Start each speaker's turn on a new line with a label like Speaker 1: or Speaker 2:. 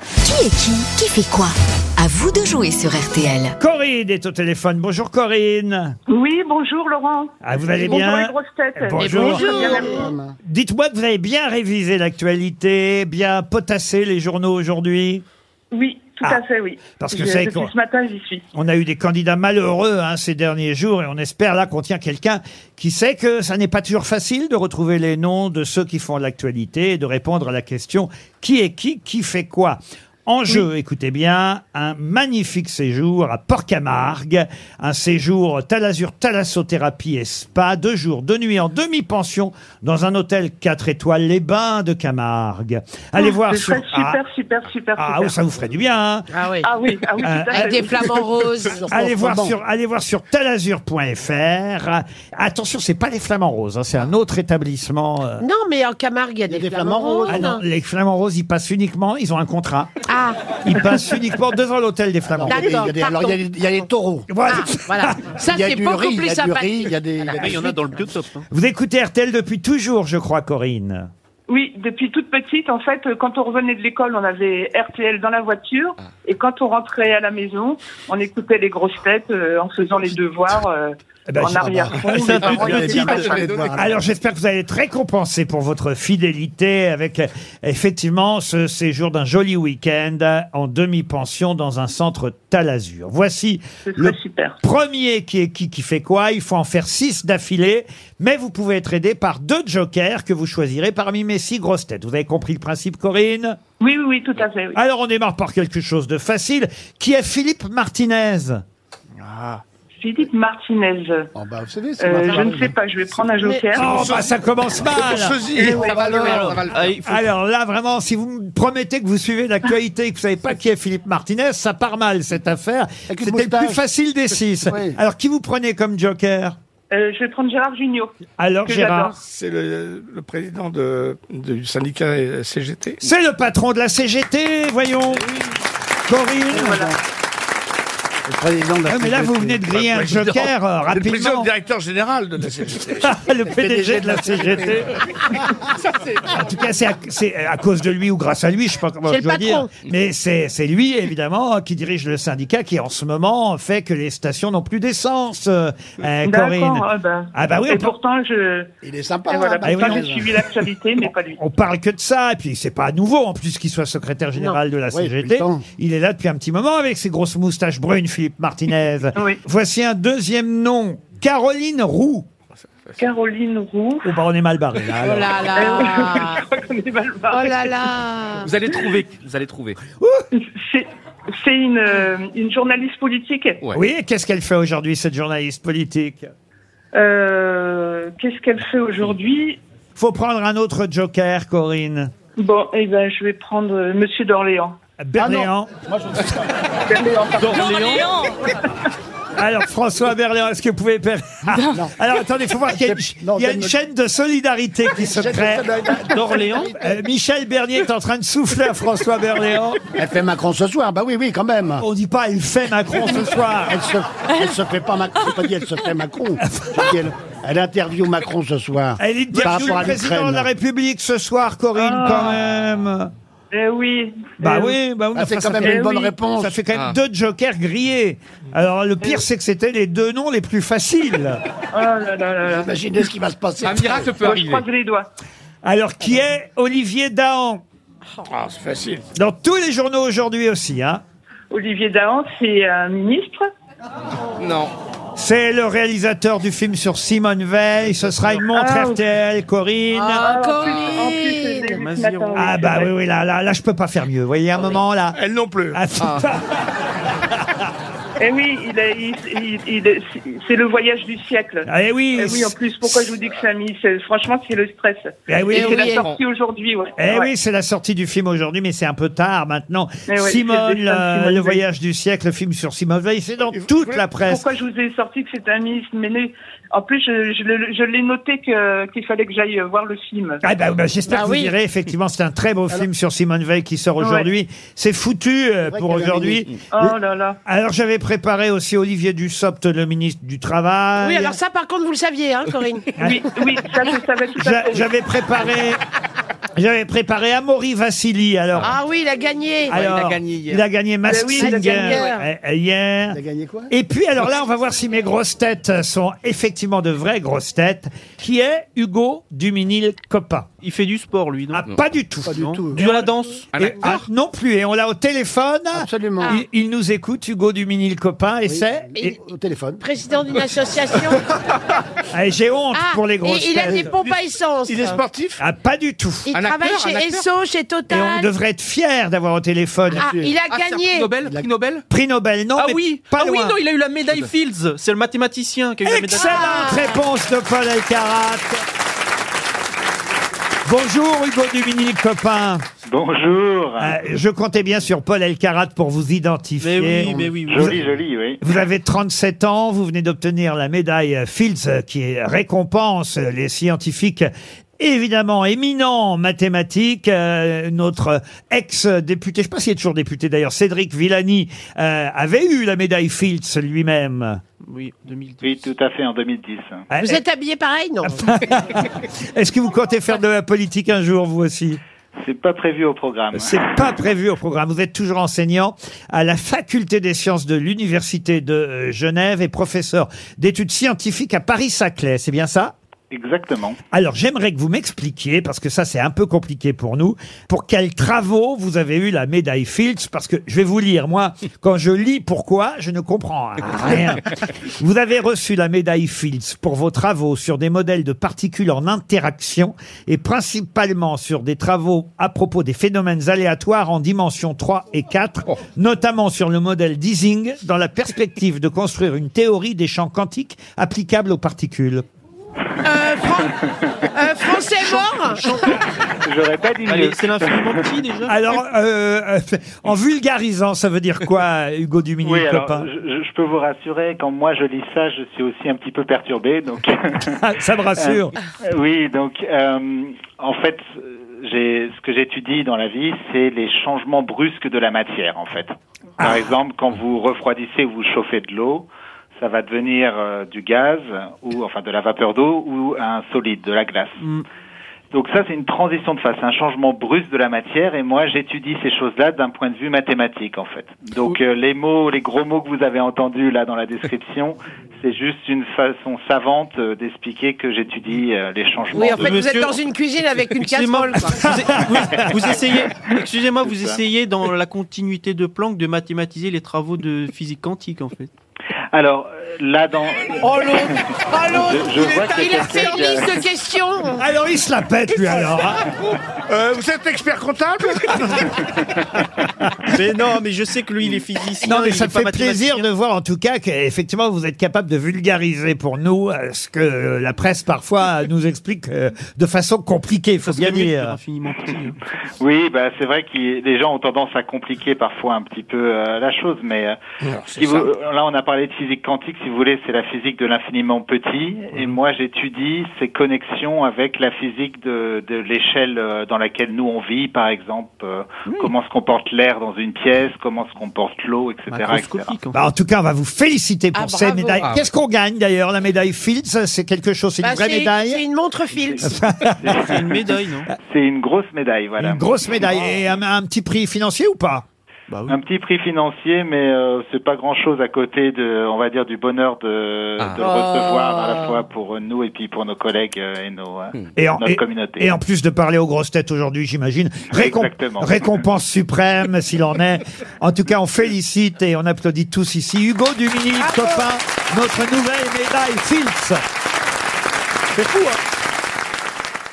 Speaker 1: Qui est qui Qui fait quoi À vous de jouer sur RTL.
Speaker 2: Corinne est au téléphone. Bonjour Corinne.
Speaker 3: Oui, bonjour Laurent.
Speaker 2: Ah, vous allez
Speaker 3: bonjour
Speaker 2: bien
Speaker 3: les grosses têtes.
Speaker 2: Bonjour.
Speaker 3: Très bien, merci.
Speaker 2: Dites-moi que vous avez bien révisé l'actualité, bien potassé les journaux aujourd'hui.
Speaker 3: Oui, tout
Speaker 2: Ah.
Speaker 3: à fait, oui.
Speaker 2: Parce que
Speaker 3: Je-
Speaker 2: vous savez
Speaker 3: depuis
Speaker 2: quoi
Speaker 3: ce matin, j'y suis.
Speaker 2: On a eu des candidats malheureux hein, ces derniers jours et on espère là qu'on tient quelqu'un qui sait que ça n'est pas toujours facile de retrouver les noms de ceux qui font l'actualité et de répondre à la question qui est qui, qui fait quoi. En jeu, écoutez bien, un magnifique séjour à Port-Camargue, un séjour Talazur Thalassothérapie et Spa, deux jours, deux nuits en demi-pension dans un hôtel 4 étoiles, les Bains de Camargue. Allez
Speaker 3: Oh,
Speaker 2: voir
Speaker 3: ce
Speaker 2: sur...
Speaker 3: serait super, super, super,
Speaker 2: ah, ah,
Speaker 3: super.
Speaker 2: ça vous ferait du bien. hein.
Speaker 4: Ah oui.
Speaker 3: Ah oui, ah oui, tout à fait.
Speaker 4: Avec des flamants roses.
Speaker 2: Allez voir, sur, allez voir sur talazur.fr. Attention, c'est pas les Flamands Roses, hein, c'est un autre établissement. euh.
Speaker 4: Non, mais en Camargue, il y a des, flamants roses.
Speaker 2: Ah non, les Flamands Roses, ils passent uniquement, ils ont un contrat.
Speaker 4: Ah,
Speaker 2: Ils passent uniquement devant l'hôtel des Flamands Roses.
Speaker 5: Ah Il y a
Speaker 4: d'accord.
Speaker 5: des- alors, il y a
Speaker 4: pardon.
Speaker 5: des- il y, a les taureaux.
Speaker 2: Voilà.
Speaker 4: Ah, voilà. Ça,
Speaker 5: Il y a
Speaker 4: c'est
Speaker 5: du riz,
Speaker 4: beaucoup
Speaker 5: il y
Speaker 4: plus
Speaker 5: a du riz,
Speaker 4: sympathique.
Speaker 5: il y a des.
Speaker 2: Ah,
Speaker 5: il y a
Speaker 6: Ah, Mais
Speaker 5: des
Speaker 6: il y en a dans le biotop. hein.
Speaker 2: Vous écoutez RTL depuis toujours, je crois, Corinne.
Speaker 3: Oui, depuis toute petite, en fait, euh, quand on revenait de l'école, on avait RTL dans la voiture. Et quand on rentrait à la maison, on écoutait les grosses têtes euh, en faisons les devoirs euh,
Speaker 2: Eh ben,
Speaker 3: en
Speaker 2: je-
Speaker 3: arrière-fond.
Speaker 5: suites.
Speaker 3: Les parents,
Speaker 5: Il y a
Speaker 3: ils
Speaker 5: des
Speaker 3: disaient,
Speaker 5: petites-
Speaker 3: machin.
Speaker 4: Ah.
Speaker 2: Alors j'espère que vous allez être récompensé pour votre fidélité avec euh, effectivement ce séjour d'un joli week-end en demi-pension dans un centre Talazur. Voici
Speaker 3: Ce serait
Speaker 2: le
Speaker 3: super.
Speaker 2: Premier qui est qui qui fait quoi, il faut en faire six d'affilée, mais vous pouvez être aidé par deux jokers que vous choisirez parmi mes six grosses têtes. Vous avez compris le principe, Corinne
Speaker 3: Oui, oui, oui, tout à fait. oui.
Speaker 2: Alors on démarre par quelque chose de facile, qui est Philippe Martinez.
Speaker 5: Ah,
Speaker 3: Philippe Martinez. euh,
Speaker 5: oh, bah, vous savez, c'est ma
Speaker 3: je
Speaker 5: femme.
Speaker 3: ne sais pas, je vais prendre un joker.
Speaker 2: Oh bah ça commence mal
Speaker 5: Ceci, ça va le faire, ça va le faire.
Speaker 6: Ah, il faut-
Speaker 2: alors là, vraiment, si vous me promettez que vous suivez
Speaker 5: Ah.
Speaker 2: l'actualité et que vous savez pas qui est Philippe Martinez, ça part mal cette affaire.
Speaker 5: Avec
Speaker 2: C'était
Speaker 5: une
Speaker 2: le
Speaker 5: moustache.
Speaker 2: plus facile des six.
Speaker 5: Oui.
Speaker 2: Alors qui vous prenez comme joker
Speaker 3: Euh, je vais prendre Gérard Junior.
Speaker 2: Alors
Speaker 3: Que
Speaker 2: Gérard,
Speaker 3: j'adore.
Speaker 7: C'est le, le président de, du syndicat CGT.
Speaker 2: c'est le patron de la CGT, voyons. Corinne.
Speaker 5: Le président de la
Speaker 2: Ouais, Ah, mais là, vous venez de griller un joker euh,
Speaker 7: C'est le président
Speaker 2: rapidement. Ah,
Speaker 7: le directeur général de la CGT.
Speaker 2: le PDG de la CGT. en tout cas, c'est à, c'est à cause de lui ou grâce à lui, je sais pas comment
Speaker 4: C'est
Speaker 2: je
Speaker 4: le
Speaker 2: dois dire.
Speaker 4: patron.
Speaker 2: Mais c'est c'est lui, évidemment, qui dirige le syndicat qui, en ce moment, fait que les stations n'ont plus d'essence, euh, euh, Corinne.
Speaker 3: D'accord. Ah bah,
Speaker 2: Ah bah oui, on
Speaker 3: Et
Speaker 2: peut-
Speaker 3: pourtant, je.
Speaker 5: Il est sympa.
Speaker 3: Et
Speaker 5: hein,
Speaker 3: voilà,
Speaker 2: Ah bah, oui,
Speaker 3: pourtant,
Speaker 2: on-
Speaker 3: j'ai suivi l'actualité, mais pas lui.
Speaker 2: On parle que de ça, et puis c'est pas nouveau en plus qu'il soit secrétaire général de la
Speaker 5: Oui, depuis
Speaker 2: CGT.
Speaker 5: le temps.
Speaker 2: Il est là depuis un petit moment avec ses grosses moustaches brunes, Philippe Martinez.
Speaker 3: Oui.
Speaker 2: Voici un deuxième nom, Caroline Roux.
Speaker 3: Caroline Roux.
Speaker 2: Oh bah on est mal barré là.
Speaker 4: Oh
Speaker 2: alors.
Speaker 4: là
Speaker 3: je
Speaker 4: là.
Speaker 3: crois qu'on est mal
Speaker 4: Oh
Speaker 3: barré.
Speaker 4: là là.
Speaker 6: Vous allez trouver, vous allez trouver.
Speaker 3: C'est c'est une, euh, une journaliste politique.
Speaker 6: Ouais.
Speaker 2: Oui, et qu'est-ce qu'elle fait aujourd'hui, cette journaliste politique
Speaker 3: Euh, Qu'est-ce qu'elle fait aujourd'hui
Speaker 2: Faut prendre un autre joker, Corinne.
Speaker 3: Bon, eh ben, je vais prendre euh, Monsieur d'Orléans.
Speaker 2: Berléand.
Speaker 5: Ah
Speaker 2: Alors, François Berléand, est-ce que vous pouvez... per- Ah, Alors, attendez, faut voir qu'il y a une,
Speaker 5: Non,
Speaker 2: il y a
Speaker 5: donne-
Speaker 2: une chaîne de solidarité qui se crée.
Speaker 6: D'Orléans
Speaker 2: Euh, Michel Bernier est en train de souffler à François Berléand.
Speaker 5: Elle fait Macron ce soir. Bah oui, oui, quand même.
Speaker 2: On dit pas, il fait Macron ce soir.
Speaker 5: Elle se, elle se fait pas Macron. J'ai pas dit elle se fait Macron. J'ai dit elle, elle interview Macron ce soir.
Speaker 2: Elle interviewe
Speaker 5: Par rapport
Speaker 2: le
Speaker 5: à
Speaker 2: président de la
Speaker 5: l'Ukraine.
Speaker 2: République ce soir, Corinne,
Speaker 3: Ah.
Speaker 2: quand même.
Speaker 3: Eh oui.
Speaker 2: Bah
Speaker 3: Euh,
Speaker 2: oui, bah oui.
Speaker 5: Ah,
Speaker 2: mais enfin,
Speaker 5: c'est quand
Speaker 2: ça
Speaker 5: même
Speaker 2: fait-
Speaker 5: une bonne
Speaker 3: oui,
Speaker 5: réponse.
Speaker 2: Ça fait quand même
Speaker 6: Ah.
Speaker 2: deux jokers grillés. Alors le pire, c'est que c'était les deux noms les plus faciles.
Speaker 3: Oh là là là là.
Speaker 5: Imaginez ce qui va se passer.
Speaker 6: Un miracle peut
Speaker 3: Bon, je
Speaker 6: arriver.
Speaker 3: croise les doigts.
Speaker 2: Alors qui est Olivier Dahan
Speaker 7: Ah, c'est facile.
Speaker 2: Dans tous les journaux aujourd'hui aussi. Hein.
Speaker 3: Olivier Dahan, c'est un ministre.
Speaker 6: Non.
Speaker 2: C'est le réalisateur du film sur Simone Veil. Ce sera une montre
Speaker 3: Ah.
Speaker 2: RTL, Corinne. Ah.
Speaker 4: Ah,
Speaker 3: En plus, en plus,
Speaker 4: Corinne.
Speaker 3: je l'ai vu ce matin, oui, c'est
Speaker 2: bah
Speaker 3: vrai.
Speaker 2: oui oui là là là je peux pas faire mieux. Vous voyez un
Speaker 3: Ah,
Speaker 2: moment là.
Speaker 7: Elle non plus.
Speaker 2: Ah, c'est pas-
Speaker 3: Eh oui, il a- il- il- il- c'est le voyage du siècle.
Speaker 2: Ah, eh oui.
Speaker 3: Eh oui, en plus, pourquoi je vous dis que c'est un ministre C'est- Franchement, c'est le stress.
Speaker 2: Eh oui,
Speaker 3: Et
Speaker 2: eh
Speaker 3: c'est la
Speaker 4: oui.
Speaker 3: sortie aujourd'hui, ouais.
Speaker 2: Eh
Speaker 3: Ouais.
Speaker 2: oui, c'est la sortie du film aujourd'hui, mais c'est un peu tard maintenant.
Speaker 3: Eh oui,
Speaker 2: Simone,
Speaker 3: c'est le destin de
Speaker 2: le,
Speaker 3: Simone
Speaker 2: le
Speaker 3: Veil.
Speaker 2: voyage du siècle, le film sur Simone Veil, c'est dans toute la presse.
Speaker 3: Pourquoi je vous ai sorti que c'était un ministre mais né- En plus, je, je le- je l'ai noté que- qu'il fallait que j'aille euh, voir le film.
Speaker 2: Ah bah, bah, j'espère
Speaker 4: Bah
Speaker 2: que vous
Speaker 4: oui.
Speaker 2: direz effectivement c'est un très beau film sur Simone Veil qui sort aujourd'hui. C'est foutu euh,
Speaker 5: vrai
Speaker 2: pour
Speaker 5: qu'elle a
Speaker 2: aujourd'hui.
Speaker 5: mis-
Speaker 3: Oh là là.
Speaker 2: Alors j'avais préparé aussi Olivier Dussopt, le ministre du Travail.
Speaker 4: Oui,
Speaker 3: Ah,
Speaker 4: alors ça, par contre, vous le saviez, hein, Corinne.
Speaker 3: Oui, oui, ça je savais tout à
Speaker 2: J'a-
Speaker 3: fait.
Speaker 2: J'avais préparé J'avais préparé Amaury Vassili, alors.
Speaker 4: Ah oui, il a gagné.
Speaker 2: alors,
Speaker 6: il a gagné hier.
Speaker 2: Il a gagné Mask
Speaker 3: Ben oui, il a
Speaker 2: Singer,
Speaker 4: gagné,
Speaker 2: euh, euh, hier.
Speaker 5: Il a gagné quoi
Speaker 2: Et puis, alors là, on va voir si mes grosses têtes sont effectivement de vraies grosses têtes. Qui est Hugo Duminil Coppa
Speaker 8: Il fait du sport, lui, non
Speaker 2: Ah, pas du tout.
Speaker 5: Pas du
Speaker 2: Non.
Speaker 5: tout.
Speaker 8: Du à la danse
Speaker 6: Un
Speaker 2: Et- ah,
Speaker 6: acteur
Speaker 2: non plus. Et on l'a au téléphone.
Speaker 5: Absolument.
Speaker 2: Il, il nous écoute, Hugo Duminil Coppa, et
Speaker 5: Oui.
Speaker 2: c'est.
Speaker 5: Et-
Speaker 2: et-
Speaker 5: Au téléphone.
Speaker 4: Président d'une association.
Speaker 2: ah, J'ai honte
Speaker 4: Ah,
Speaker 2: pour les grosses
Speaker 4: et il a
Speaker 2: têtes.
Speaker 4: des pompes à essence.
Speaker 7: Il est sportif
Speaker 2: Ah, pas du tout.
Speaker 4: Il
Speaker 6: Un
Speaker 4: travaille
Speaker 6: acteur, un
Speaker 4: chez
Speaker 6: acteur
Speaker 4: Esso, chez
Speaker 2: Et on
Speaker 4: Total.
Speaker 2: devrait être fier d'avoir au téléphone.
Speaker 4: Ah, il a
Speaker 6: Ah, c'est un
Speaker 4: gagné.
Speaker 6: prix Nobel,
Speaker 5: Il a-
Speaker 6: prix Nobel
Speaker 2: Prix Nobel, non
Speaker 8: Ah
Speaker 2: mais
Speaker 8: oui
Speaker 2: pas
Speaker 8: Ah oui,
Speaker 2: loin.
Speaker 8: non, il a eu la médaille Fields. C'est le mathématicien qui a Ah. eu la médaille
Speaker 2: Excellente réponse de Paul Elkarat. Bonjour Hugo Duminil copain.
Speaker 9: Bonjour.
Speaker 2: Euh, je comptais bien sur Paul Elkarat pour vous
Speaker 8: Mais
Speaker 2: identifier.
Speaker 8: oui, mais oui, oui.
Speaker 9: Joli, joli, oui.
Speaker 2: Vous avez 37 ans, vous venez d'obtenir la médaille Fields euh, qui est- récompense euh, les scientifiques évidemment éminents en mathématiques. Euh, notre ex-député, je ne sais pas s'il est toujours député d'ailleurs, Cédric Villani, euh, avait eu la médaille Fields lui-même.
Speaker 8: Oui, 2010.
Speaker 9: Oui, tout à fait, en 2010.
Speaker 2: Euh,
Speaker 4: Vous êtes habillé pareil, non Euh,
Speaker 2: Est-ce que vous comptez faire de la politique un jour, vous aussi
Speaker 9: C'est pas prévu au programme.
Speaker 2: C'est pas prévu au programme. Vous êtes toujours enseignant à la faculté des sciences de l'université de euh, Genève et professeur d'études scientifiques à Paris-Saclay. C'est bien ça
Speaker 9: Exactement.
Speaker 2: Alors, j'aimerais que vous m'expliquiez, parce que ça, c'est un peu compliqué pour nous, pour quels travaux vous avez eu la médaille Fields, parce que je vais vous lire, moi, quand je lis pourquoi, je ne comprends rien. vous avez reçu la médaille Fields pour vos travaux sur des modèles de particules en interaction et principalement sur des travaux à propos des phénomènes aléatoires en dimension 3 et 4, notamment sur le modèle d'Ising, dans la perspective de construire une théorie des champs quantiques applicable aux particules.
Speaker 4: Euh, Fran- euh, Français mort
Speaker 9: J'aurais pas dit mieux.
Speaker 8: Allez, c'est l'infiniment petit, déjà
Speaker 2: Alors, euh, euh, en vulgarisant, ça veut dire quoi, Hugo Duminil,
Speaker 9: Oui, alors,
Speaker 2: copain
Speaker 9: je, je peux vous rassurer, quand moi je lis ça, je suis aussi un petit peu perturbé, donc...
Speaker 2: Ah, Ça me rassure.
Speaker 9: Euh, Oui, donc euh, en fait, euh, j'ai ce que j'étudie dans la vie, c'est les changements brusques de la matière, en fait.
Speaker 4: Ah.
Speaker 9: Par exemple, quand vous refroidissez ou vous chauffez de l'eau, ça va devenir euh, du gaz ou enfin de la vapeur d'eau ou un solide, de la glace.
Speaker 4: Mm.
Speaker 9: Donc ça, c'est une transition de phase, c'est un changement brusque de la matière. Et moi, j'étudie ces choses-là d'un point de vue mathématique, en fait. Donc euh, les mots, les gros mots que vous avez entendus là dans la description, c'est juste une façon savante euh, d'expliquer que j'étudie euh, les changements.
Speaker 4: Oui, en
Speaker 9: de-
Speaker 4: fait, vous êtes
Speaker 8: Monsieur-
Speaker 4: dans une cuisine avec une
Speaker 8: Excusez-moi,
Speaker 4: casserole. quoi.
Speaker 8: vous, vous- vous essayez, excusez-moi, vous
Speaker 9: C'est ça.
Speaker 8: essayez dans la continuité de Planck de mathématiser les travaux de physique quantique en fait.
Speaker 9: Alors euh, là dans,
Speaker 4: Oh l'autre Oh l'autre
Speaker 9: Je- je vois que
Speaker 4: Il a
Speaker 9: quelqu'un
Speaker 4: fait une
Speaker 9: qui a-
Speaker 4: liste de questions
Speaker 2: Alors, il se la pète, lui, alors. hein.
Speaker 7: Euh, Vous êtes expert comptable
Speaker 8: Mais non, mais je sais que lui il est physicien.
Speaker 2: Non, mais
Speaker 8: il
Speaker 2: ça
Speaker 8: est
Speaker 2: me
Speaker 8: pas
Speaker 2: fait plaisir de
Speaker 8: mathématicien.
Speaker 2: voir, en tout cas, qu'effectivement, vous êtes capable de vulgariser pour nous euh, ce que euh, la presse, parfois, nous explique euh, de façon compliquée, il faut
Speaker 8: Ça serait
Speaker 2: bien
Speaker 8: mieux que
Speaker 2: dire.
Speaker 8: l'infiniment petit. hein.
Speaker 9: oui, bah c'est vrai que les gens ont tendance à compliquer parfois un petit peu euh, la chose, mais euh, si vous, euh, là on a parlé de physique quantique. Si vous voulez, c'est la physique de l'infiniment petit, et moi j'étudie ces connexions avec la physique de, de l'échelle euh, dans laquelle nous on vit, par exemple, euh, comment se comporte l'air dans une pièce, comment se comporte l'eau, etc., etc.
Speaker 8: Macroscopique. en fait.
Speaker 2: Bah, en tout cas, on va vous féliciter pour
Speaker 4: Ah,
Speaker 2: ces
Speaker 4: bravo.
Speaker 2: médailles.
Speaker 6: Ah.
Speaker 2: Qu'est-ce qu'on gagne, d'ailleurs La médaille Fields, c'est quelque chose, c'est une
Speaker 4: Bah,
Speaker 2: vraie
Speaker 4: c'est-
Speaker 2: médaille
Speaker 4: C'est une montre Philips.
Speaker 8: C'est une médaille, non
Speaker 9: C'est une grosse médaille, voilà.
Speaker 2: Une grosse médaille. Et un- un petit prix financier ou pas Bah
Speaker 9: Un petit prix financier, mais euh, c'est pas grand-chose à côté de, on va dire, du bonheur de,
Speaker 6: Ah.
Speaker 9: de le recevoir à la fois pour nous et puis pour nos collègues euh, et nos, euh,
Speaker 2: Hmm. Et en,
Speaker 9: notre
Speaker 2: et-
Speaker 9: communauté.
Speaker 2: et en plus de parler aux grosses têtes aujourd'hui, j'imagine, récom-
Speaker 9: Exactement.
Speaker 2: récompense suprême s'il en est. En tout cas, on félicite et on applaudit tous ici Hugo Dumini, copain, notre nouvelle médaille Fields.
Speaker 7: C'est fou, hein